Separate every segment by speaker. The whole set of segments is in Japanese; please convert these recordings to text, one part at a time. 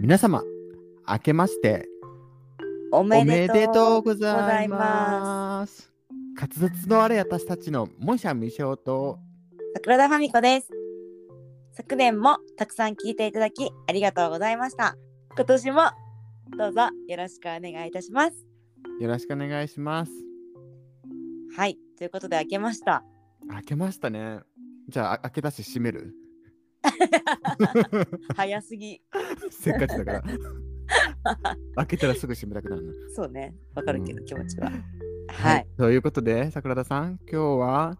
Speaker 1: 皆様、明けまして
Speaker 2: お
Speaker 1: お
Speaker 2: め
Speaker 1: め
Speaker 2: で
Speaker 1: で
Speaker 2: と
Speaker 1: と
Speaker 2: う
Speaker 1: うござい
Speaker 2: ござい
Speaker 1: ます。滑舌の悪い私たちのもしゃみしょうと
Speaker 2: 桜田ファミコです昨年もたくさん聞いていただきありがとうございました今年もどうぞよろしくお願いいたします
Speaker 1: よろしくお願いします。
Speaker 2: はいということで明けま した
Speaker 1: 明けましたね。じゃあ、あ明けだし閉め る
Speaker 2: 早すぎ
Speaker 1: せっかちだから。開けたらすぐ閉めたくなるの。
Speaker 2: そうねわかるけど気持ちは、
Speaker 1: は
Speaker 2: はいい。
Speaker 1: ということで、桜田さん、今日は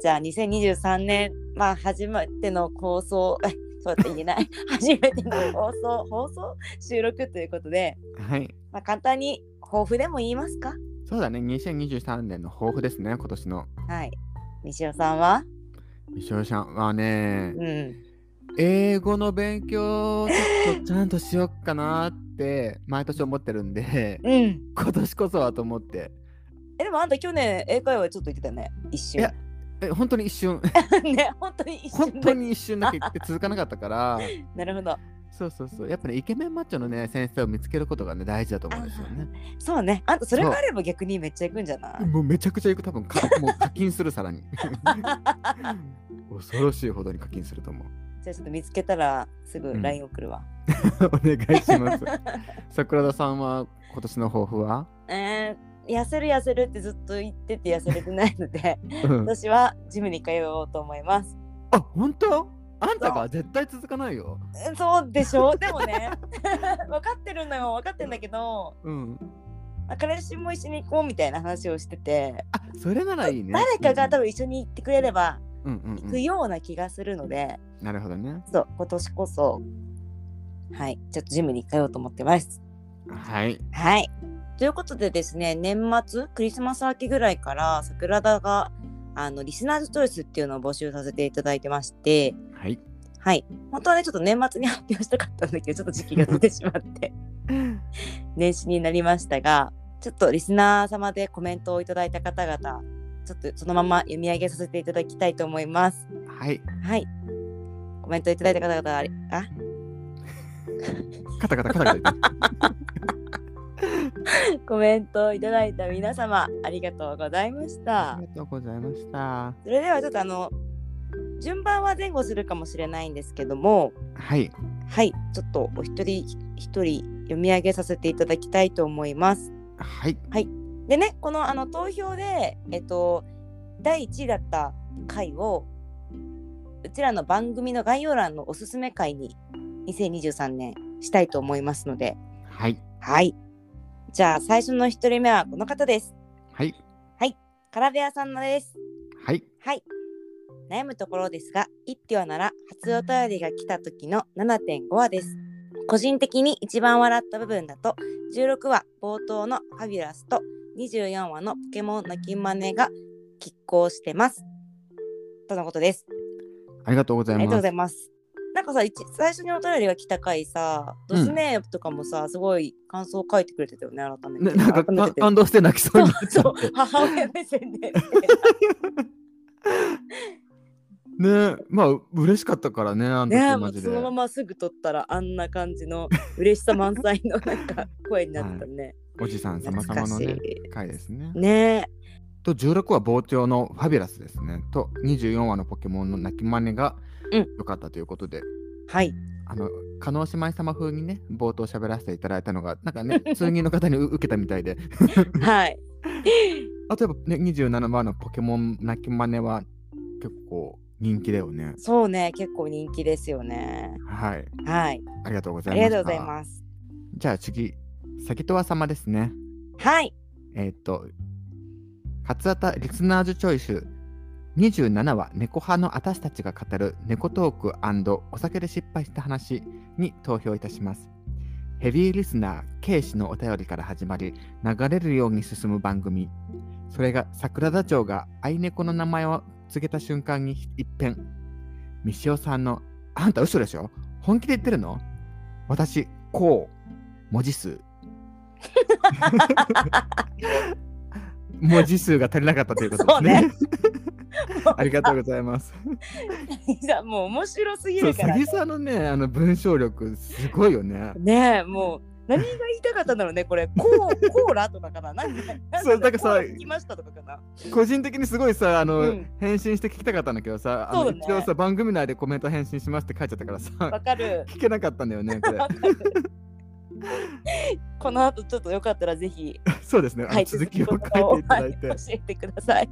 Speaker 2: じゃあ2023年まあ初めての放送 そうやって言えない 初めての放送放送収録ということで
Speaker 1: はい。
Speaker 2: まあ簡単に抱負でも言いますか
Speaker 1: そうだね、2023年の抱負ですね、今年の。
Speaker 2: はい西尾さんは
Speaker 1: みしおちゃんはね、
Speaker 2: うん
Speaker 1: 英語の勉強ちょっとちゃんとしよっかなって毎年思ってるんで
Speaker 2: うん
Speaker 1: 今年こそはと思って
Speaker 2: えでもあんた去年英会話ちょっと言ってたよね一
Speaker 1: い
Speaker 2: 瞬
Speaker 1: やえ本当に一瞬
Speaker 2: ね本当に一瞬
Speaker 1: 本
Speaker 2: だけ
Speaker 1: 当に一瞬だけ言って続かなかったから
Speaker 2: なるほど
Speaker 1: そうそうそうやっぱねイケメンマッチョのね先生を見つけることがね大事だと思うんですよね
Speaker 2: そうねあんたそれ
Speaker 1: そ
Speaker 2: が
Speaker 1: う
Speaker 2: あれば逆にめっちゃ行くんじゃない
Speaker 1: もうめちゃくちゃいく多分か もう課金するさら に恐ろしいほどに課金すると思う
Speaker 2: じゃあちょっと見つけたらすぐ
Speaker 1: うん
Speaker 2: LINE 送るわ、
Speaker 1: お願いします桜田さんは今年の抱負は、
Speaker 2: えー痩せる痩せるってずっと言ってて痩せれてないので
Speaker 1: うん、
Speaker 2: 私はジムに通おうと思います
Speaker 1: あ本当あんたが絶対続かないよ
Speaker 2: うんそうでしょでもね 分かってるのよ分かってんだけど
Speaker 1: うん
Speaker 2: あ彼氏も一緒に行こうみたいな話をしてて
Speaker 1: あそれならいいね。
Speaker 2: 誰かが多分一緒に行ってくれれば
Speaker 1: うんうん
Speaker 2: 行
Speaker 1: う
Speaker 2: く
Speaker 1: ん
Speaker 2: ような気がするので、
Speaker 1: うん、なるほどね。
Speaker 2: そう、今年こそ、はい、ちょっとジムに通おうと思ってます。
Speaker 1: はい。
Speaker 2: はい。ということでですね、年末、クリスマス明けぐらいから、桜田が、あの、リスナーズチョイスっていうのを募集させていただいてまして、
Speaker 1: はい。
Speaker 2: はい。本当はね、ちょっと年末に発表したかったんだけど、ちょっと時期が出てしまって、 年始になりましたが、ちょっとリスナー様でコメントをいただいた方々、ちょっとそのまま読み上げさせていただきたいと思います。
Speaker 1: はい。
Speaker 2: はい。コメントいただいた方々あり、あ
Speaker 1: カタカタカタカタ。
Speaker 2: コメントをいただいた皆様ありがとうございまし
Speaker 1: あ
Speaker 2: た
Speaker 1: り。がとうございました。
Speaker 2: それではちょっとあの順番は前後するかもしれないんですけども
Speaker 1: はい。
Speaker 2: はいちょっとお一人一人読み上げさせていただきたいと思います。
Speaker 1: はい。
Speaker 2: でねこのあの投票でえっと第1位だった回をうちらの番組の概要欄のおすすめ回に2023年したいと思いますので
Speaker 1: はい。
Speaker 2: はいじゃあ最初の一人目はこの方です。
Speaker 1: はい。
Speaker 2: カラベアさんのです。
Speaker 1: はい。
Speaker 2: はい。悩むところですが、一票なら初お便りが来た時の7.5話です。個人的に一番笑った部分だと、16話冒頭のファビュラスと24話のポケモンの金真似が拮抗してます。とのことです。
Speaker 1: ありがとうござ
Speaker 2: あ
Speaker 1: い
Speaker 2: り
Speaker 1: ま
Speaker 2: がとうござ
Speaker 1: す。
Speaker 2: います。なんかさ、一最初にお便りが来た回さ、
Speaker 1: うん
Speaker 2: ドスネープとかもさ、すごい感想書いてくれてたよね、改め
Speaker 1: ね、
Speaker 2: て。
Speaker 1: なんか
Speaker 2: 改め
Speaker 1: か
Speaker 2: てって
Speaker 1: 感動して泣きそうになっちゃ
Speaker 2: そう
Speaker 1: っ、
Speaker 2: 母親目線で。
Speaker 1: て。ねまあ嬉しかったからね、あん
Speaker 2: ね
Speaker 1: た
Speaker 2: え
Speaker 1: と
Speaker 2: も
Speaker 1: マ
Speaker 2: う
Speaker 1: ジ
Speaker 2: そ
Speaker 1: で。
Speaker 2: のまますぐ撮ったらあんな感じの嬉しさ満載のなんか声になってたね。
Speaker 1: おじさん様
Speaker 2: 懐か
Speaker 1: 様の
Speaker 2: し
Speaker 1: ね、
Speaker 2: い。
Speaker 1: 回ですね。
Speaker 2: ね
Speaker 1: と16話傍聴のファビュラスですね。と24話のポケモンの泣き真似が
Speaker 2: うん
Speaker 1: 良かったということで。
Speaker 2: えはい。
Speaker 1: あの加納姉妹様風にね冒頭喋らせていただいたのがなんかね数人の方 にう受けたみたいで
Speaker 2: はい。
Speaker 1: あとやっぱね27番のポケモン泣き真似は結構人気だよね
Speaker 2: そうね、結構人気ですよね。
Speaker 1: はい
Speaker 2: はい。
Speaker 1: ありがとうござ
Speaker 2: あ
Speaker 1: い
Speaker 2: り
Speaker 1: ま
Speaker 2: が
Speaker 1: す
Speaker 2: とうございます。
Speaker 1: じゃあ次先とわ様ですね
Speaker 2: はい。
Speaker 1: えっ、と初あたリスナーズチョイス27話猫派の私たちが語る猫トークお酒で失敗した話に投票いたしますヘビーリスナー K 氏のお便りから始まり流れるように進む番組それが桜田町が愛猫の名前を告げた瞬間に一変三塩さんの「あんた嘘でしょ本気で言ってるの私こう文字数文字数が足りなかったということで
Speaker 2: そ
Speaker 1: す
Speaker 2: う
Speaker 1: ね
Speaker 2: ね。
Speaker 1: ありがとうございます。
Speaker 2: じゃあもう面白すぎ
Speaker 1: そう、
Speaker 2: るから
Speaker 1: 杉さんのね、あの文章力、すごいよね。
Speaker 2: ねえもう何が言いたかったんだろうねこれこう コーラとかかな何何
Speaker 1: そうだからさ
Speaker 2: コーラ聞きましたとかかな
Speaker 1: 個人的にすごいさ、あの、
Speaker 2: うん
Speaker 1: 返信して聞きたかったんだけどさ、あ
Speaker 2: そ
Speaker 1: の
Speaker 2: うね
Speaker 1: 一応さ、番組内でコメント返信しますって書いちゃったから さ、
Speaker 2: わかる
Speaker 1: 聞けなかったんだよね、こ れ
Speaker 2: わ。かるこの後ちょっとよかったらぜひ
Speaker 1: そうですね、あの
Speaker 2: はい
Speaker 1: 続きを書い
Speaker 2: 続
Speaker 1: て
Speaker 2: きを
Speaker 1: いただいて。は
Speaker 2: は
Speaker 1: い
Speaker 2: 教えてください
Speaker 1: い、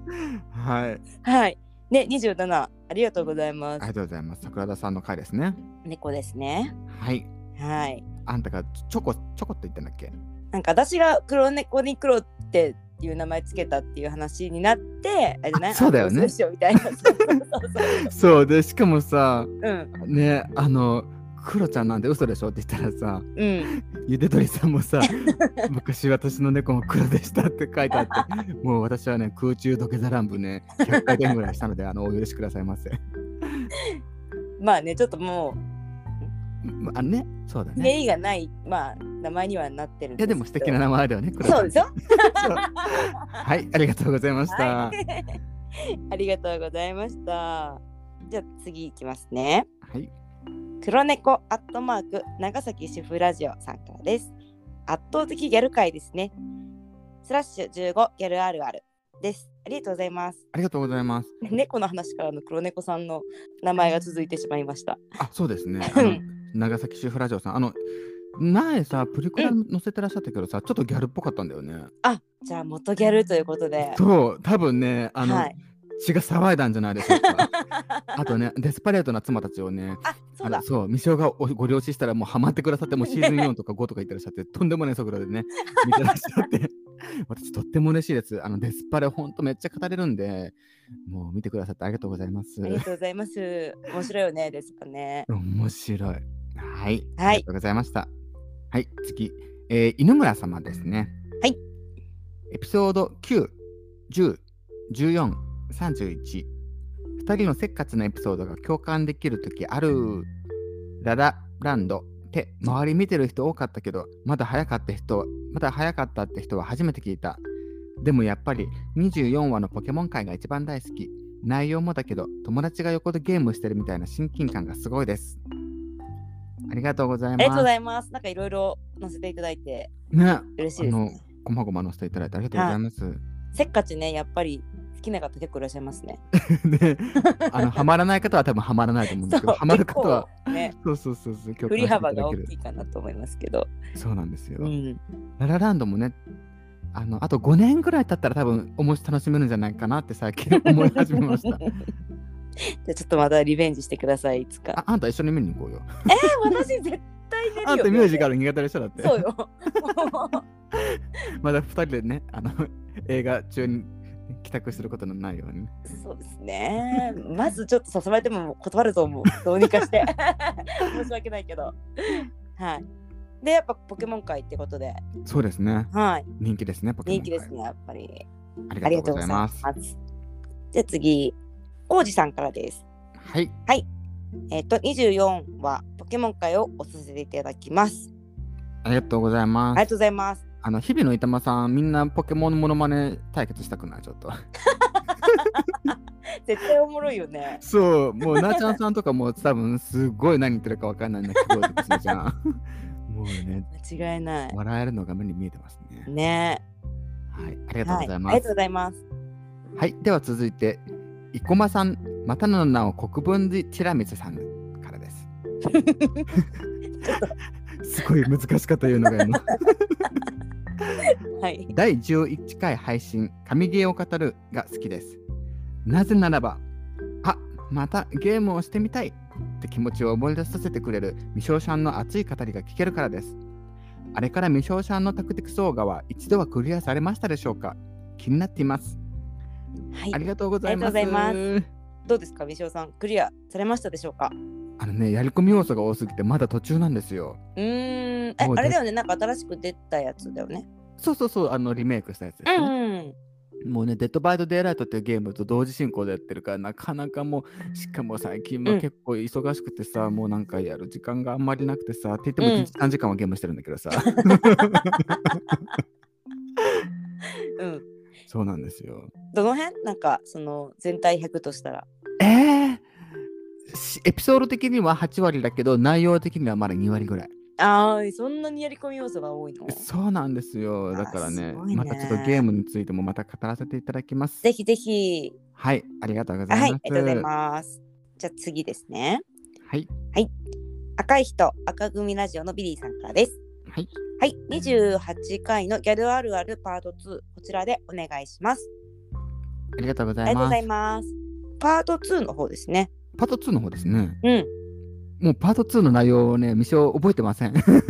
Speaker 1: あ
Speaker 2: はいね27ありがとうございま
Speaker 1: りが
Speaker 2: す
Speaker 1: とうございます。桜田さんの回ですね。
Speaker 2: 猫ですね
Speaker 1: はい、
Speaker 2: はい
Speaker 1: あんたがチョコ、チョコって言ったんだっけ。
Speaker 2: なんか私が黒猫に黒っていう名前つけたっていう話になってあれじゃない
Speaker 1: あそうだよね
Speaker 2: どうしよう みたいなそうそうそう
Speaker 1: そうで、しかもさ、
Speaker 2: うん
Speaker 1: ね、あの、クロちゃんなんて嘘でしょって言ったらさ、
Speaker 2: うん
Speaker 1: ゆで鳥さんもさ 昔私の猫も黒でしたって書いてあってもう私はね空中土下座乱舞ね100回転ぐらいしたのであのお許しくださいませ
Speaker 2: まあねちょっとも
Speaker 1: まあねそうだ
Speaker 2: うひ
Speaker 1: ね
Speaker 2: ねりがないまあ名前にはなってるん
Speaker 1: いやでも素敵な名前だよね黒
Speaker 2: そうでしょ
Speaker 1: はいありがとうございました、
Speaker 2: は
Speaker 1: はい
Speaker 2: ありがとうございましたじゃあ次いきますね
Speaker 1: い、
Speaker 2: 黒猫アットマーク長崎主婦ラジオさんからです。圧倒的ギャル界ですね。スラッシュ15ギャルあるあるです。ありがとうございます。
Speaker 1: ありがとうございます
Speaker 2: 猫の話からの黒猫さんの名前が続いてしまいました。
Speaker 1: あそうです ねあ
Speaker 2: う
Speaker 1: の長崎主婦ラジオさんあの前さプリクラ
Speaker 2: う
Speaker 1: 載せてらっしゃったけどさ、ちょっとギャルっぽかったんだよね
Speaker 2: あ、じゃあ元ギャルということで。
Speaker 1: そう多分ねあの、
Speaker 2: はい。
Speaker 1: 血が騒いだんじゃないでしょう かあとねデスパレートな妻たちをね
Speaker 2: あ、そう
Speaker 1: あ
Speaker 2: だ
Speaker 1: の。そう、みしおがおご了承したらもうハマってくださって、もうシーズ ン4とか5とか言ってらっしゃって、とんでもない速度でね、見てらっしゃって、私とっても嬉しいです。あの、デスパレほんとめっちゃ語れるんで、もう見てくださってありがとうございます
Speaker 2: あ。りがとうございます。面白いよねですかね。
Speaker 1: 面白い。はい。
Speaker 2: はい
Speaker 1: ありがとうございました。はい、次。えー犬村様ですね。
Speaker 2: はい。
Speaker 1: エピソード9、10、14、31。二人のせっかちなエピソードが共感できるときある。ララランドって周り見てる人多かったけど、まだ早かった人、まだ早かったって人は初めて聞いた。でもやっぱり24話のポケモン界が一番大好き。内容もだけど、友達が横でゲームしてるみたいな親近感がすごいです。ありがとうござい
Speaker 2: あ
Speaker 1: ます。
Speaker 2: りがとうございます。なんかいろいろ載せていただいて
Speaker 1: ね、
Speaker 2: 嬉しい
Speaker 1: あ
Speaker 2: です
Speaker 1: の
Speaker 2: ね。、
Speaker 1: こまごま載せていただいてありがとうございます。
Speaker 2: せっかちね、やっぱり好きな方結構いらっしゃいますね。
Speaker 1: ね、あの、ハマらない方は多分ハマらないと思うんですけど、ハマる方は、
Speaker 2: 結構ね。
Speaker 1: そうそうそうそう、共感
Speaker 2: 振
Speaker 1: して
Speaker 2: り
Speaker 1: いただ
Speaker 2: 幅が
Speaker 1: け
Speaker 2: 大
Speaker 1: る
Speaker 2: きいかなと思いますけど。
Speaker 1: そうなんですよ。
Speaker 2: うん、
Speaker 1: ララランドもね、あの、あと5年ぐらい経ったら多分、おもし楽しめるんじゃないかなって最 近思い始めました
Speaker 2: じ。ゃあちょっとまたリベンジしてください、いつか。
Speaker 1: ああんた一緒に見に行こうよ。
Speaker 2: え私絶対寝るよ。
Speaker 1: あんたミュージカル苦手でしょだって。
Speaker 2: そうよ。
Speaker 1: まだ2人でね、あの、 映画中に帰宅することのないようにね。
Speaker 2: そうですね。まずちょっと誘われても断ると思う。どうにか して。申し訳ないけど。はい。で、やっぱポケモン界ってことで、
Speaker 1: そうですね。
Speaker 2: はい。
Speaker 1: 人気ですね、ポケモン
Speaker 2: 人
Speaker 1: 界
Speaker 2: 気ですね、やっぱり。
Speaker 1: あり
Speaker 2: あ
Speaker 1: がと
Speaker 2: りが
Speaker 1: う
Speaker 2: とう
Speaker 1: ござい
Speaker 2: ござい
Speaker 1: ま。
Speaker 2: ますす。じゃあ次、王子さんからです。
Speaker 1: はい。
Speaker 2: えっ、と、24話、ポケモン界をおさせていただきます。
Speaker 1: ありがとうござい
Speaker 2: あ
Speaker 1: ま
Speaker 2: り
Speaker 1: す。
Speaker 2: がとうございます。
Speaker 1: あの、日々の板間さん、みんなポケモンのモノマネ対決したくないちょっと。
Speaker 2: 絶対おもろいよね。
Speaker 1: そう、もうなーちゃんさんとかも多分、すごい何言ってるかわかんないんだけど、じゃん。 もうね、
Speaker 2: 間違いない。
Speaker 1: 笑えるのが目に見えてますね。
Speaker 2: ね
Speaker 1: はい、あ
Speaker 2: え。
Speaker 1: りがとう
Speaker 2: は
Speaker 1: ご
Speaker 2: い
Speaker 1: ざい
Speaker 2: あり
Speaker 1: ま
Speaker 2: がとう
Speaker 1: す。
Speaker 2: ございます。
Speaker 1: はい、では続いて、生駒さん、またの名を国分寺チラミスさんから です。すごい難しかった言うのが今。
Speaker 2: はい。
Speaker 1: 第11回配信「神ゲーを語る」が好きですなぜならばあまたゲームをしてみたいって気持ちを思い出させてくれるミショウさんの熱い語りが聞けるからですあれからミショウさんのタクティクス動画は一度はクリアされましたでしょうか気になっています
Speaker 2: はい
Speaker 1: ありがとうございます
Speaker 2: ありがとうごどうですか、美少さん、クリアされましたでしょうか。
Speaker 1: あのねやり込み要素が多すぎてまだ途中なんですよ
Speaker 2: うーん。え、
Speaker 1: もうで
Speaker 2: あれだよね。なんか新しく出たやつだよね。
Speaker 1: そうそうそうあのリメイクしたやつですね、
Speaker 2: うん。
Speaker 1: もうね、デッドバイド・デイライトっていうゲームと同時進行でやってるから、なかなかもう、しかも最近
Speaker 2: う
Speaker 1: は
Speaker 2: ん
Speaker 1: 結構忙しくてさ、もうなんかやる時間があんまりなくてさ、って言っても
Speaker 2: うん
Speaker 1: 3時間は ゲームしてるんだけどさ、
Speaker 2: うん。
Speaker 1: そうなんですよ。
Speaker 2: どの辺なんかその全体100としたら
Speaker 1: ええしエピソード的には8割だけど、内容的にはまだ2割ぐらい。
Speaker 2: あーそんなにやり込み要素が多いの
Speaker 1: そうなんですよ。だからね、
Speaker 2: すごいね
Speaker 1: またちょっとゲームについてもまた語らせていただきます。
Speaker 2: ぜひぜひ
Speaker 1: はい、ありがとうございま
Speaker 2: は
Speaker 1: す。
Speaker 2: いありがとうございますじゃあ次ですね
Speaker 1: はい、
Speaker 2: 赤い人赤組ラジオのビリーさんからです
Speaker 1: はい、
Speaker 2: はい28回のギャルあるあるパート2こちらでお願いします
Speaker 1: ありがとうござ
Speaker 2: あり
Speaker 1: い
Speaker 2: がとうご
Speaker 1: ま
Speaker 2: ざい
Speaker 1: す。
Speaker 2: ますパート2の方ですね
Speaker 1: パート2の方ですね。
Speaker 2: うん
Speaker 1: もうパート2の内容をね、未章覚えてません。 覚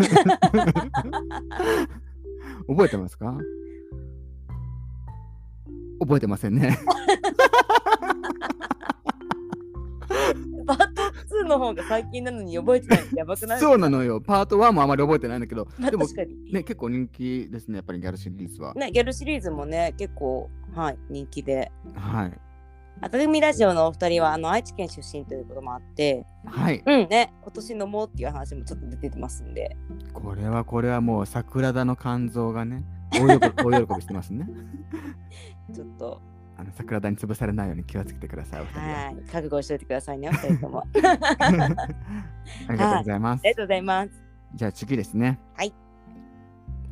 Speaker 1: えてますか覚えてませんね。
Speaker 2: パート2の方が最近なのに覚えてないってやばくない
Speaker 1: そうなのよ。パート1もあまり覚えてないんだけど、
Speaker 2: まあ
Speaker 1: でも
Speaker 2: 確かに
Speaker 1: ね、結構人気ですね、やっぱりギャルシリーズは。
Speaker 2: ね、ギャルシリーズもね結構、はい、人気で
Speaker 1: はい。
Speaker 2: 赤組ラジオのお二人はあの愛知県出身ということもあって
Speaker 1: はい。
Speaker 2: うんね今年飲もうっていう話もちょっと出てますんで
Speaker 1: これはこれはもう桜田の肝臓がね、大喜び 大喜びしてますね。
Speaker 2: ちょっと
Speaker 1: あの桜田に潰されないように気をつけてください、お二人 は。
Speaker 2: はい覚悟しといてくださいねお二人とも あり
Speaker 1: ありがとうござい ます。
Speaker 2: がとうございます
Speaker 1: じゃあ次ですね。
Speaker 2: はい。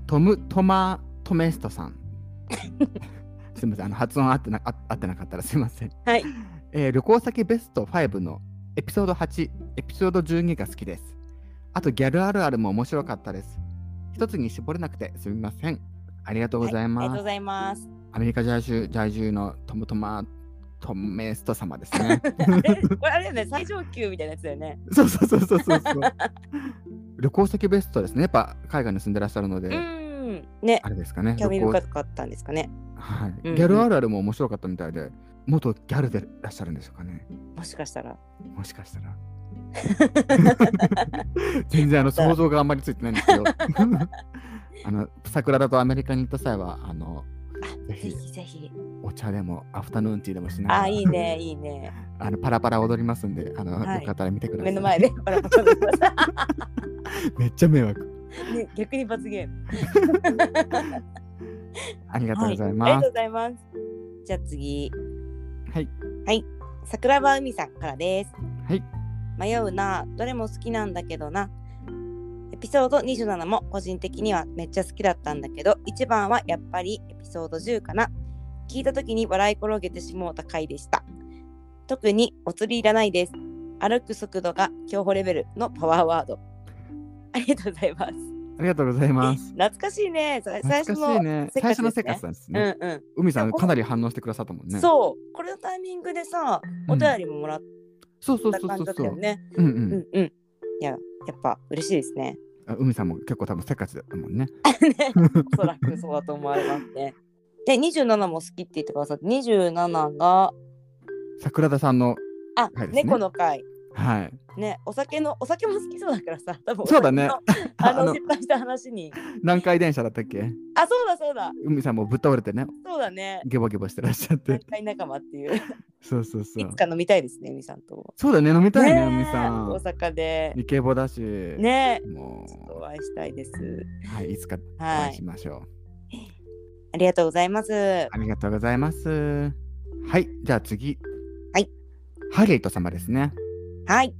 Speaker 1: トム・トマ・トメストさん。 すみません、あの発音合ってな合合ってなかったらすみません。
Speaker 2: はい
Speaker 1: えー旅行先ベスト5のエピソード8、エピソード12が好きです。あとギャルあるあるも面白かったです。一つに絞れなくてすみません。ありがとうござい
Speaker 2: ありが
Speaker 1: ま
Speaker 2: とう
Speaker 1: す。
Speaker 2: ござ います
Speaker 1: アメリカ在住在住のトム・トマ・トメスト様ですね。
Speaker 2: あれこれあれよね最上級みたいなやつだよね
Speaker 1: そうそうそうそうそうそう。旅行先ベストですね。やっぱ海外に住んでらっしゃるので、
Speaker 2: うんね
Speaker 1: あれですかね。
Speaker 2: 興味
Speaker 1: 旅行
Speaker 2: 深かったんですかね
Speaker 1: はい、
Speaker 2: うんうん
Speaker 1: ギャルあるあるも面白かったみたいで、元ギャルでいらっしゃるんでしょうかね。
Speaker 2: もしかしたら
Speaker 1: もしかした ら。全然あの想像があんまりついてないんですけ ど。あの桜田とアメリカに行った際は、あのぜ
Speaker 2: ぜひ
Speaker 1: ひ
Speaker 2: ぜひ
Speaker 1: お茶でもアフタヌーンティーでもしながら
Speaker 2: あいいねいいね
Speaker 1: あのパラパラ踊りますんで、あの、
Speaker 2: はい
Speaker 1: よかったら見てください。
Speaker 2: 目の前でほらちょっと待ってくださ
Speaker 1: めっちゃ迷惑。
Speaker 2: いね 逆に罰ゲーム
Speaker 1: ありがとうござい
Speaker 2: はい、あ
Speaker 1: ま
Speaker 2: りがとう
Speaker 1: す。
Speaker 2: ございます。じゃあ次、
Speaker 1: はい。
Speaker 2: 桜庭海さんからです。
Speaker 1: はい。
Speaker 2: 迷うな、どれも好きなんだけどな。エピソード27も個人的にはめっちゃ好きだったんだけど、一番はやっぱりエピソード10かな。聞いた時に笑い転げてしもうた回でした。特にお釣りいらないです。歩く速度が競歩レベルのパワーワード。ありがとうございます。
Speaker 1: ありがとうございます。
Speaker 2: 懐かしいね。さ最初
Speaker 1: 懐かしい
Speaker 2: の。
Speaker 1: ね。
Speaker 2: せっ
Speaker 1: 最
Speaker 2: か
Speaker 1: 初
Speaker 2: ちですね
Speaker 1: のせっかちさんです
Speaker 2: う
Speaker 1: ね。
Speaker 2: んうん。
Speaker 1: 海さん、かなり反応してくださったもんね。う
Speaker 2: そう。これのタイミングでさ、お便りももらっ
Speaker 1: そうそう
Speaker 2: た
Speaker 1: そう
Speaker 2: 感
Speaker 1: そ
Speaker 2: じ
Speaker 1: う
Speaker 2: だっ
Speaker 1: そ
Speaker 2: た
Speaker 1: う
Speaker 2: よ。ね。
Speaker 1: うんう。
Speaker 2: うんんうん。いや、やっぱ嬉しいですね。
Speaker 1: あ海さんも結構多分せっかちだったもんね。
Speaker 2: ね おそらくそうだと思われますね。で、27も好きって言ってくださって、27が、
Speaker 1: 桜田さんの、
Speaker 2: あ、
Speaker 1: はいですね
Speaker 2: 猫の会。
Speaker 1: はい。
Speaker 2: ね、お酒の、お酒も好きそうだからさ、多分
Speaker 1: そうだね
Speaker 2: お酒 のあ
Speaker 1: あ
Speaker 2: の、
Speaker 1: の
Speaker 2: 失敗した話に。
Speaker 1: 南海電車だったっけ
Speaker 2: あ、そうだそうだ、
Speaker 1: 海さんもぶっ倒れてね、
Speaker 2: そうだね。
Speaker 1: ゲボゲボしてらっしゃって
Speaker 2: 大。会仲間っていう。
Speaker 1: そうそうそ
Speaker 2: いうつ。か飲みたいですね、みさんと。
Speaker 1: そうだね、飲みたいね、
Speaker 2: え
Speaker 1: 海さん。
Speaker 2: 大阪で。
Speaker 1: イケボだし。
Speaker 2: ね
Speaker 1: も
Speaker 2: ちょっとお会いしたいです。
Speaker 1: う、はい、いつかお
Speaker 2: は
Speaker 1: 会いし
Speaker 2: い。
Speaker 1: ましょう。
Speaker 2: ありがとうございます。
Speaker 1: ありがとうございます。はい、じゃあ次。
Speaker 2: はい。
Speaker 1: ハリエット様ですね。
Speaker 2: はい。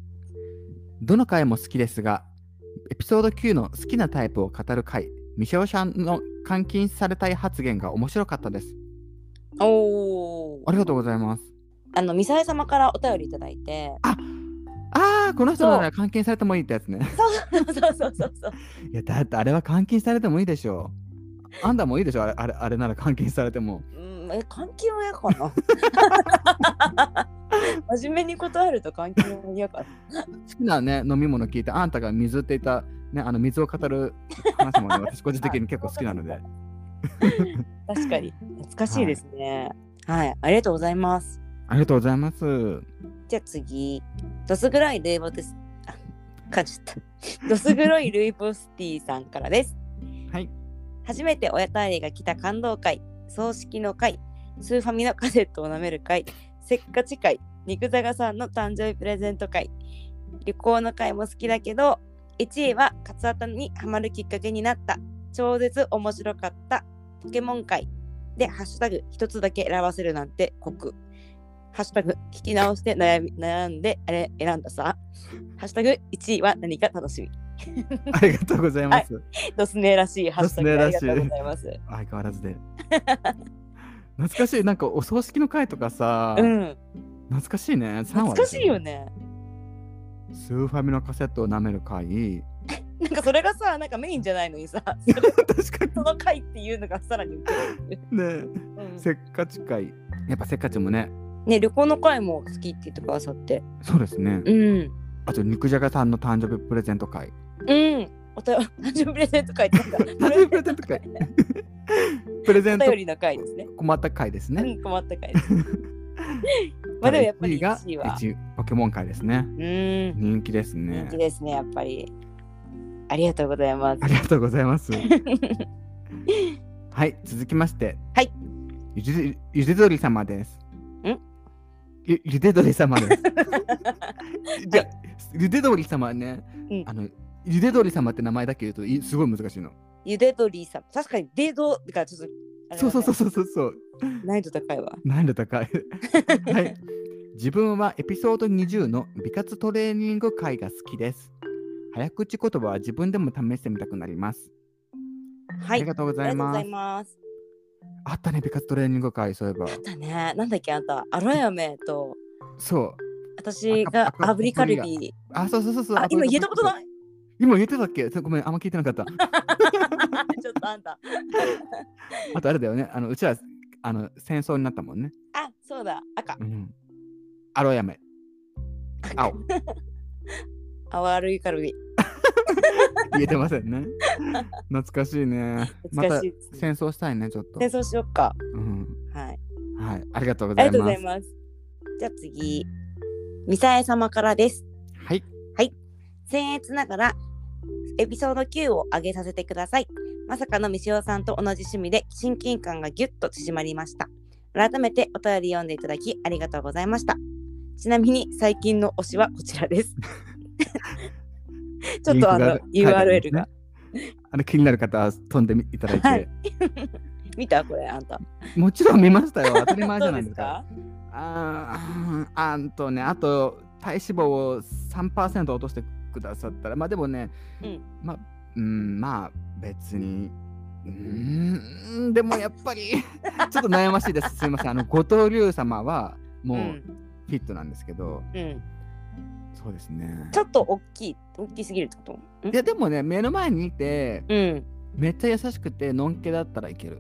Speaker 1: どの回も好きですが、エピソード9の好きなタイプを語る回、ミシェオさんの監禁されたい発言が面白かったです。
Speaker 2: おー
Speaker 1: ありがとうございます。
Speaker 2: あの、ミサエ様からお便りいただいて。
Speaker 1: ああ、この人なら監禁されてもいいってやつね。
Speaker 2: そうそうそうそうそう。
Speaker 1: いや、だってあれは監禁されてもいいでしょう。あんたもいいでしょ、あれあれあれなら監禁されても。
Speaker 2: うん、え、関係は嫌かな。 真面目に断ると関係は嫌かな。
Speaker 1: 好きなね、飲み物聞いて、あんたが水って言った、ね、あの水を語る話もね、私個人的に結構好きなので。
Speaker 2: 確かに、懐かしいですね。はい、ありがとうございます。
Speaker 1: ありがとうございます。
Speaker 2: じゃあ次、ドス黒いルイボス。あ、噛んじゃった。ドス黒いルイボスティーさんからです。
Speaker 1: はい。
Speaker 2: 初めて親たりが来た感動会、葬式の会、スーファミのカセットを舐める会、せっかち会、肉ざがさんの誕生日プレゼント会、旅行の会も好きだけど、1位はカツアタにハマるきっかけになった、超絶面白かった、ポケモン会、で、ハッシュタグ一つだけ選ばせるなんて酷。ハッシュタグ聞き直して悩み悩んであれ選んださ。ハッシュタグ1位は何か楽しみ。
Speaker 1: ありがとうございます。
Speaker 2: ドスネらしいハッシュタグであ
Speaker 1: ド
Speaker 2: り
Speaker 1: スネ
Speaker 2: がと
Speaker 1: らしいう
Speaker 2: ございます。
Speaker 1: 相変わらずで。懐かしい。なんかお葬式の会とかさ、
Speaker 2: うん。
Speaker 1: 懐かしいね。3話
Speaker 2: 懐
Speaker 1: で
Speaker 2: か
Speaker 1: す
Speaker 2: しいよ。ね。
Speaker 1: スーファミのカセットを舐める会。
Speaker 2: なんかそれがさ、なんかメインじゃないのにさ、それ
Speaker 1: 確かに
Speaker 2: その回っていうのがさらに ウケる。
Speaker 1: ね。
Speaker 2: うん
Speaker 1: せっかち会。やっぱせっかちもね。
Speaker 2: ね、旅行の回も好きって言ってくださって。
Speaker 1: そうですね。
Speaker 2: うん。
Speaker 1: あと、肉じゃがさんの誕生日プレゼント会。
Speaker 2: うん。おた 誕生日プレゼント会ってなん か
Speaker 1: 誕生日プレゼント 会。プレゼ
Speaker 2: お
Speaker 1: ント
Speaker 2: 便りの回ですね。
Speaker 1: 困った会です
Speaker 2: う
Speaker 1: ね。
Speaker 2: ん、困った回 です。まあでもやっぱ
Speaker 1: 第
Speaker 2: り
Speaker 1: 一が
Speaker 2: 1位は。
Speaker 1: 一位ポケモン会ですね。
Speaker 2: うん。
Speaker 1: 人気ですね
Speaker 2: 人気。ですね、やっぱり。ありがとうございます
Speaker 1: あ。りがとうござい ます。はい、続きまして。
Speaker 2: はい。
Speaker 1: ゆでゆで鳥様です。
Speaker 2: ん
Speaker 1: ゆゆで鳥様 です。じゃ、ゆで鳥様ね、
Speaker 2: うん
Speaker 1: あの、ゆで鳥様って名前だけ言うといすごい難しいの。
Speaker 2: ゆで鳥さん。確かに、デートがちょっと、あれだ
Speaker 1: そう
Speaker 2: ね
Speaker 1: そうそうそうそうそう。
Speaker 2: 難易度高いわ。
Speaker 1: 難度 高い。はい。自分はエピソード20の美活トレーニング会が好きです。早口言葉は自分でも試してみたくなります。
Speaker 2: はい。
Speaker 1: ありがとうござ
Speaker 2: あ
Speaker 1: い
Speaker 2: りがと
Speaker 1: ま
Speaker 2: うござ
Speaker 1: す
Speaker 2: い。ます。
Speaker 1: あったね、美活トレーニング会、そういえば
Speaker 2: あ。ったね。なんだっけ、あんた。アロエメと、
Speaker 1: そう。
Speaker 2: 私が
Speaker 1: 赤赤
Speaker 2: 炙りカルビ。
Speaker 1: あ、そうそうそうそう。。
Speaker 2: あ、今言えたことないい
Speaker 1: 今言ってたっけそうごめん、あんま聞いてなか った。
Speaker 2: ちょっとあんた。
Speaker 1: あとあれだよね。あのうちらあの戦争になったもんね。
Speaker 2: あ、そうだ。赤
Speaker 1: う。ん。アロヤメ。青。
Speaker 2: 青アルイカルビ。
Speaker 1: 言えてません ね。懐かしいね。ま
Speaker 2: 懐か
Speaker 1: た
Speaker 2: しいですね
Speaker 1: 戦争したいね、ちょっと。
Speaker 2: で、そうしよっか。
Speaker 1: うん。
Speaker 2: はい。
Speaker 1: はい。ありがとうご
Speaker 2: あ
Speaker 1: ざ
Speaker 2: り
Speaker 1: い
Speaker 2: がとう
Speaker 1: ま
Speaker 2: ござ
Speaker 1: す
Speaker 2: い。ます。じゃあ次。ミサエ様からです。
Speaker 1: はい。
Speaker 2: 僭越ながらエピソード9を上げさせてください。まさかのみしおさんと同じ趣味で親近感がギュッと縮まりました。改めてお便り読んでいただきありがとうございました。ちなみに最近の推しはこち らです。ちょっとあの
Speaker 1: リンクが書いてあ
Speaker 2: URL が
Speaker 1: るんですね。あの気になる方は飛んでみいただいて、
Speaker 2: はい見たこれあんた。
Speaker 1: もちろん見ましたよ。当たり前じ
Speaker 2: ど
Speaker 1: ゃ
Speaker 2: う
Speaker 1: ない
Speaker 2: で
Speaker 1: ですすか。
Speaker 2: か
Speaker 1: あーあんとねあと体脂肪を3%落としてくださったらまあでもね、
Speaker 2: うん
Speaker 1: まあうんまあ別にうーんでもやっぱり ちょっと悩ましいですすいませんあの後藤龍様はも
Speaker 2: う、
Speaker 1: うんフィットなんですけど、
Speaker 2: うん。
Speaker 1: そうですね
Speaker 2: ちょっと大きい、大きすぎるってことん
Speaker 1: いやでもね目の前にいて
Speaker 2: うん。
Speaker 1: めっちゃ優しくてのんけだったらいける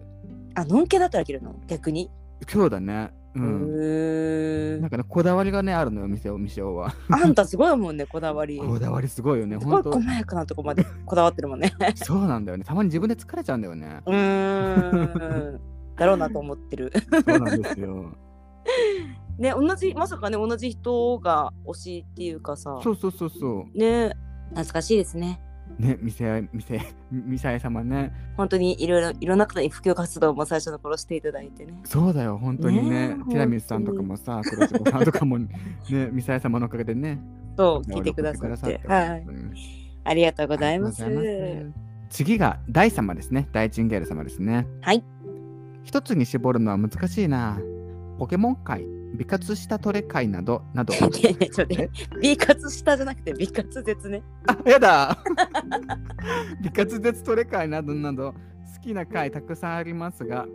Speaker 2: あ、のんけだったらいけるの逆に。
Speaker 1: そうだねう
Speaker 2: うん
Speaker 1: なんかねこだわりがねあるのよ店を店をは
Speaker 2: あんたすごいもんね、こだ わり。
Speaker 1: こだわりすごいよね
Speaker 2: すご
Speaker 1: 本
Speaker 2: い
Speaker 1: 当
Speaker 2: 細やかなと こまでこだわってるもんね。。
Speaker 1: そうなんだよね。たまに自分で疲れちゃうんだよね
Speaker 2: う ーん。だろうなと思ってる。
Speaker 1: そうなんですよ。
Speaker 2: ね、同じ、まさかね、同じ人が推しっていうかさ、
Speaker 1: そうそうそうそ
Speaker 2: ね、懐かしいですね。
Speaker 1: う。ね、みせ、みせ、みさえ様ね。
Speaker 2: 本当にいろいろ、いろんな方に布教活動も最初の頃していただいてね。
Speaker 1: そうだよ、本当に
Speaker 2: ね
Speaker 1: ね。
Speaker 2: え
Speaker 1: ティラミスさんとかもさ、黒子さんとかも、ね、みさえ様のおかげでね。
Speaker 2: そう、聞いてくだ
Speaker 1: お
Speaker 2: さ
Speaker 1: 送
Speaker 2: っ
Speaker 1: り
Speaker 2: て
Speaker 1: く。だ
Speaker 2: は
Speaker 1: さっ
Speaker 2: い
Speaker 1: て。うん
Speaker 2: ありがとうございます。
Speaker 1: ありがとうございます次が大様ですね。大チンゲール様ですね。
Speaker 2: はい。
Speaker 1: 一つに絞るのは難しいな。ポケモン界、美活したトレ会など、 など。
Speaker 2: いやいやちょっと待って美活下じゃなくて美活絶ね。
Speaker 1: あやだ美活絶トレ会などなど好きな会たくさんありますが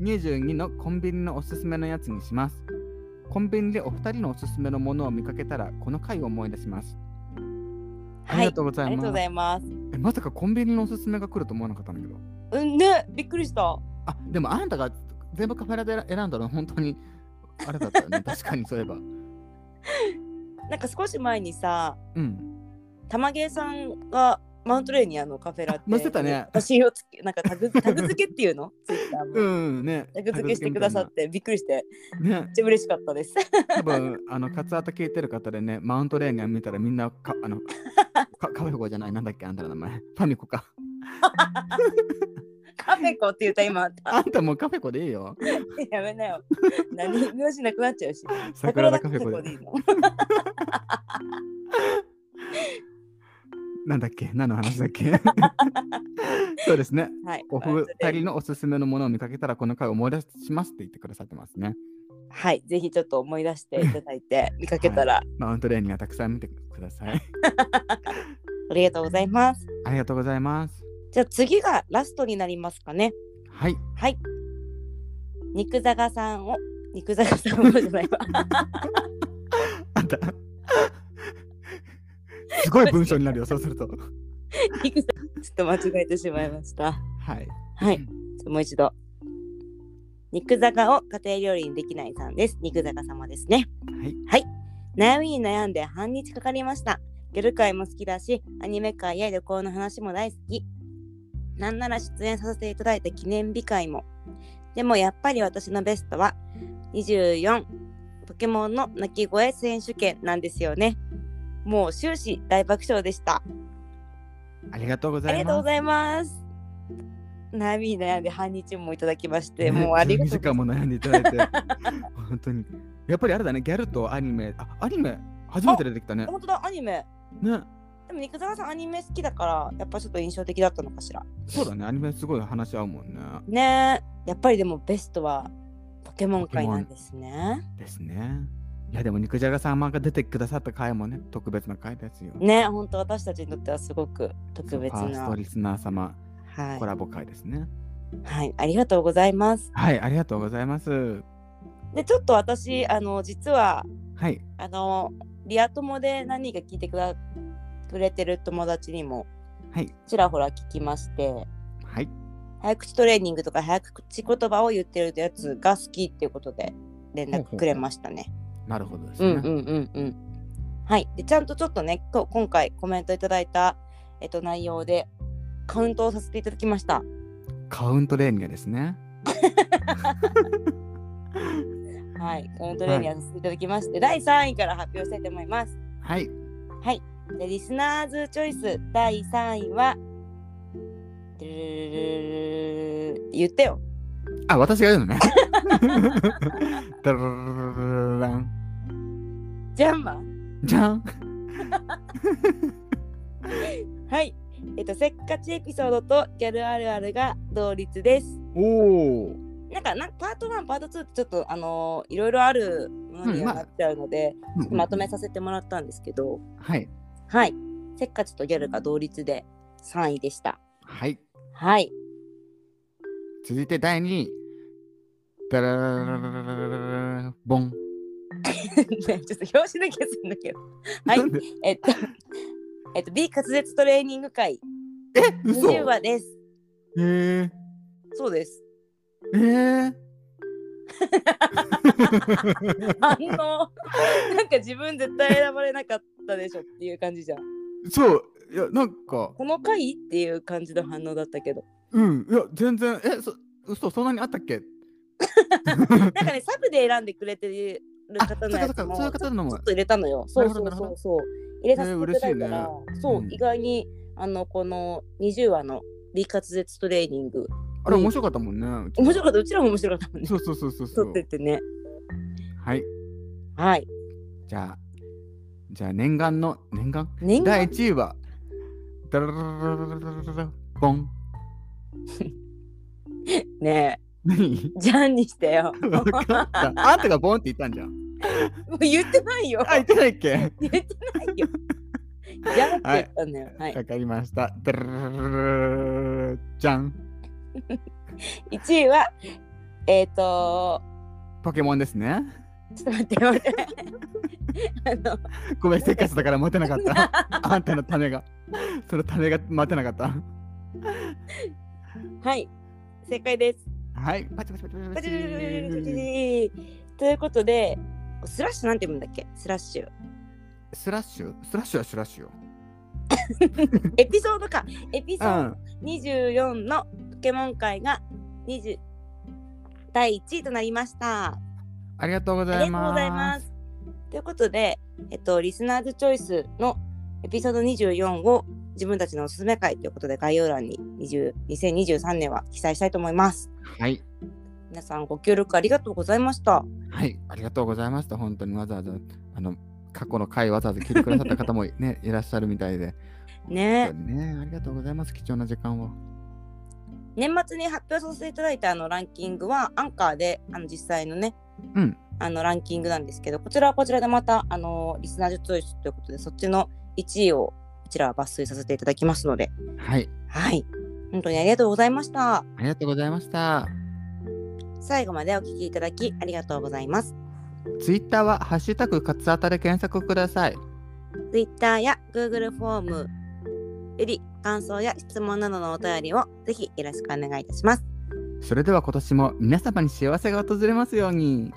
Speaker 1: 22のコンビニのおすすめのやつにしますコンビニでお二人のおすすめのものを見かけたらこの回を思い出します、あ
Speaker 2: は
Speaker 1: り
Speaker 2: い。あ
Speaker 1: がとうござ
Speaker 2: り
Speaker 1: い
Speaker 2: がと
Speaker 1: ま
Speaker 2: う
Speaker 1: す
Speaker 2: ございます。
Speaker 1: えまさかコンビニのおすすめが来ると思わなかったんだけど
Speaker 2: うんね、びっくりした。あ
Speaker 1: あでもあんたが全部カフェラで選んだの本当にあれだったよね確かにそういえば
Speaker 2: なんか少し前にさ、
Speaker 1: うん
Speaker 2: 玉芸さんがマウントレーニアのカフェラテ
Speaker 1: あ載せたね
Speaker 2: 写真をつけなんかタグ タグ付けっていうのツイッターも、
Speaker 1: うんね
Speaker 2: タグ付けしてくださってびっくりして
Speaker 1: ね
Speaker 2: めっちゃ嬉しかったです
Speaker 1: 多分あのカツアタ聞いてる方でねマウントレーニアン見たらみんなかあのかカフェコじゃないなんだっけあんたの名前 ファミコか
Speaker 2: カフェコって言った今あった
Speaker 1: あんたもうカフェコでいいよ
Speaker 2: やめなよ何名字なくなっちゃうし
Speaker 1: 桜田カフェコ
Speaker 2: 桜
Speaker 1: で
Speaker 2: 田いいの
Speaker 1: なんだっけ何の話だっ けそうですね。
Speaker 2: はい。
Speaker 1: お
Speaker 2: まあ
Speaker 1: 二
Speaker 2: それ
Speaker 1: 人のおすすめのものを見かけたらこの回を思い出しますって言ってくださってますね。
Speaker 2: はい。ぜひちょっと思い出していただいて、見かけたら、
Speaker 1: マウントレーニングはたくさん見てください。
Speaker 2: ありがとうございます。
Speaker 1: ありがとうございます。
Speaker 2: じゃあ次がラストになりますかね。
Speaker 1: はい。
Speaker 2: はい。肉じゃがさんを、肉じゃがさんをじゃないわ。
Speaker 1: あん た。すごい文章になるよ、そうすると。
Speaker 2: 肉じゃがちょっと間違えてしまいました。
Speaker 1: はい。
Speaker 2: はい。ちょっともう一度。肉じゃがを家庭料理にできないさんです。肉じゃが様ですね。
Speaker 1: はい。
Speaker 2: 悩みに悩んで半日かかりました。ギャル界も好きだし、アニメ界や旅行の話も大好き。なんなら出演させていただいた記念日会も。でもやっぱり私のベストは24ポケモンの鳴き声選手権なんですよね。もう終始大爆笑でした。
Speaker 1: ありがとうござ
Speaker 2: あり
Speaker 1: い
Speaker 2: がと
Speaker 1: ま
Speaker 2: うご
Speaker 1: す。
Speaker 2: ざいます。悩みに悩んで半日もいただきまして、
Speaker 1: ね
Speaker 2: もうありが
Speaker 1: 12
Speaker 2: とう
Speaker 1: 時
Speaker 2: ござ
Speaker 1: 間
Speaker 2: いま
Speaker 1: も悩んでいただいて。本当に。やっぱりあれだね、ギャルとアニメ。あ、アニメ、初めて出てきたね
Speaker 2: す。。本当だ、アニメ。
Speaker 1: ね。
Speaker 2: でも肉沢さんアニメ好きだから、やっぱちょっと印象的だったのかしら。
Speaker 1: そうだね、アニメすごい話し合うもんね。
Speaker 2: ねえやっぱりでもベストはポケモン界なんですね。
Speaker 1: ですね。いやでも肉じゃがさんが出てくださった回もね、特別な回ですよ。
Speaker 2: ねえ本当私たちにとってはすごく特別
Speaker 1: ファース
Speaker 2: な
Speaker 1: ト。リスナー様、
Speaker 2: はい
Speaker 1: コ、ラボ回ですね。
Speaker 2: はい、ありがとうございます。
Speaker 1: はい、ありがとうございます。
Speaker 2: でちょっと私あの実は
Speaker 1: はい、
Speaker 2: あのリア友で何か聞いてくだくれてる友達にも
Speaker 1: はい、
Speaker 2: ちらほら聞きまして
Speaker 1: はい。
Speaker 2: 早口トレーニングとか早口言葉を言ってるやつが好きっていうことで連絡くれましたね。
Speaker 1: なるほどです
Speaker 2: うん
Speaker 1: ね。
Speaker 2: うんうんうん。はい。で、ちゃんとちょっとね、こ今回コメントいただいた、えっと、内容で、カウントをさせていただきました。
Speaker 1: カウントレーニングですね。
Speaker 2: はい。カウントレーニングさせていただきまして、第3位から発表したいと思います。
Speaker 1: はい、
Speaker 2: で、リスナーズチョイス第3位は、ルルルルルル言ってよ。
Speaker 1: あ、私が言うのね。ダラララララン
Speaker 2: ジャンマン
Speaker 1: じゃん。
Speaker 2: はい。えっと、せっかちエピソードとギャルあるあるが同率です。
Speaker 1: おお。
Speaker 2: なんかなんパート1、パート2ってちょっとあのーいろいろあるものにはなっちゃうので、まとめさせてもらったんですけど、
Speaker 1: はい、
Speaker 2: はい。せっかちとギャルが同率で3位でした。
Speaker 1: はい。
Speaker 2: はい。
Speaker 1: 続いて第2位。ダラララララララランボン。
Speaker 2: ねちょっと表紙だけするんだけど。はい
Speaker 1: なんで。
Speaker 2: えっと、えっと、B 滑舌トレーニング会
Speaker 1: え、嘘。
Speaker 2: 20話です。
Speaker 1: えー、
Speaker 2: そうです。
Speaker 1: えー。
Speaker 2: あの、なんか自分絶対選ばれなかったでしょっていう感じじゃん。
Speaker 1: そう、いや、なんか、
Speaker 2: この回っていう感じの反応だったけど。
Speaker 1: うん、いや、全然、え、そ、嘘、そんなにあったっけ。
Speaker 2: なんかね、サブで選んでくれてる
Speaker 1: あ、
Speaker 2: 方の
Speaker 1: そう
Speaker 2: や
Speaker 1: か
Speaker 2: つ
Speaker 1: そうか
Speaker 2: も、
Speaker 1: そういう方の
Speaker 2: ちょ
Speaker 1: も
Speaker 2: っと。入れたのよ。そうそ
Speaker 1: な
Speaker 2: う
Speaker 1: るほどなるほ
Speaker 2: そ
Speaker 1: ど
Speaker 2: うそう。入れさせていただいたら、
Speaker 1: えー
Speaker 2: そう、
Speaker 1: うん
Speaker 2: 意外にあのこの20話の美滑舌トレーニング
Speaker 1: あれ、面白かったもんね。
Speaker 2: 面白かったうちらも面白かったもんね
Speaker 1: そうそうそうそうそ
Speaker 2: 撮
Speaker 1: う
Speaker 2: っ。ててね
Speaker 1: はい、
Speaker 2: はい
Speaker 1: じゃあ、じゃあ、念願の、念願。
Speaker 2: 念
Speaker 1: 第
Speaker 2: 願
Speaker 1: 一位は。ダララララララララボン。
Speaker 2: ね
Speaker 1: 何。
Speaker 2: えジャンにしてよ
Speaker 1: わかった。あんたがボンって言ったんじゃん。
Speaker 2: もう言ってないよ
Speaker 1: あ、言ってないっけ。
Speaker 2: 言ってないよジャンって言ったんだよはい、
Speaker 1: わかりました。ダラララララじゃん。
Speaker 2: 1位はえっ、ー、と
Speaker 1: ポケモンですね。
Speaker 2: ちょっと待って待ってあの
Speaker 1: ごめん、せっかちだから持てなかった。あんたのためが。そのためが待てなかった。
Speaker 2: はい正解です
Speaker 1: はい。パチパチパチパチパ
Speaker 2: パチ
Speaker 1: チ
Speaker 2: パチパチパチパチということでスラッシュなんて言うんだっけスラッシュ
Speaker 1: スラッシュスラッシュはスラッシュよ。
Speaker 2: エピソードかエピソ
Speaker 1: う
Speaker 2: ー
Speaker 1: ん。
Speaker 2: ド24のポケモン界が20第1位となりました
Speaker 1: ありがとうご
Speaker 2: あり
Speaker 1: ざ
Speaker 2: が
Speaker 1: い
Speaker 2: とうございま
Speaker 1: ますす。
Speaker 2: ということでえっとリスナーズチョイスのエピソード24を自分たちのおすすめ会ということで概要欄に20 2023年は記載したいと思います
Speaker 1: はい。
Speaker 2: 皆さんご協力ありがとうございました
Speaker 1: はい。ありがとうございました。本当にわざわざ、あの、過去の回わざわざ聞いてくださった方もね、いらっしゃるみたいで、
Speaker 2: ね
Speaker 1: 本当にね、ありがとうございます。貴重な時間を。
Speaker 2: 年末に発表させていただいたあのランキングはアンカーであの実際のね、
Speaker 1: うん
Speaker 2: あのランキングなんですけどこちらはこちらでまたあのリスナーチョイスということでそっちの1位をこちらは抜粋させていただきますので
Speaker 1: はい、
Speaker 2: はい本当にありがとうございました
Speaker 1: ありがとうございました。
Speaker 2: 最後までお聞きいただきありがとうございます
Speaker 1: ツイッターはハッシュタグカツアタで検索ください。
Speaker 2: Twitter や Google フォームより感想や質問などのお便りをぜひよろしくお願いいたします
Speaker 1: それでは今年も皆様に幸せが訪れますように。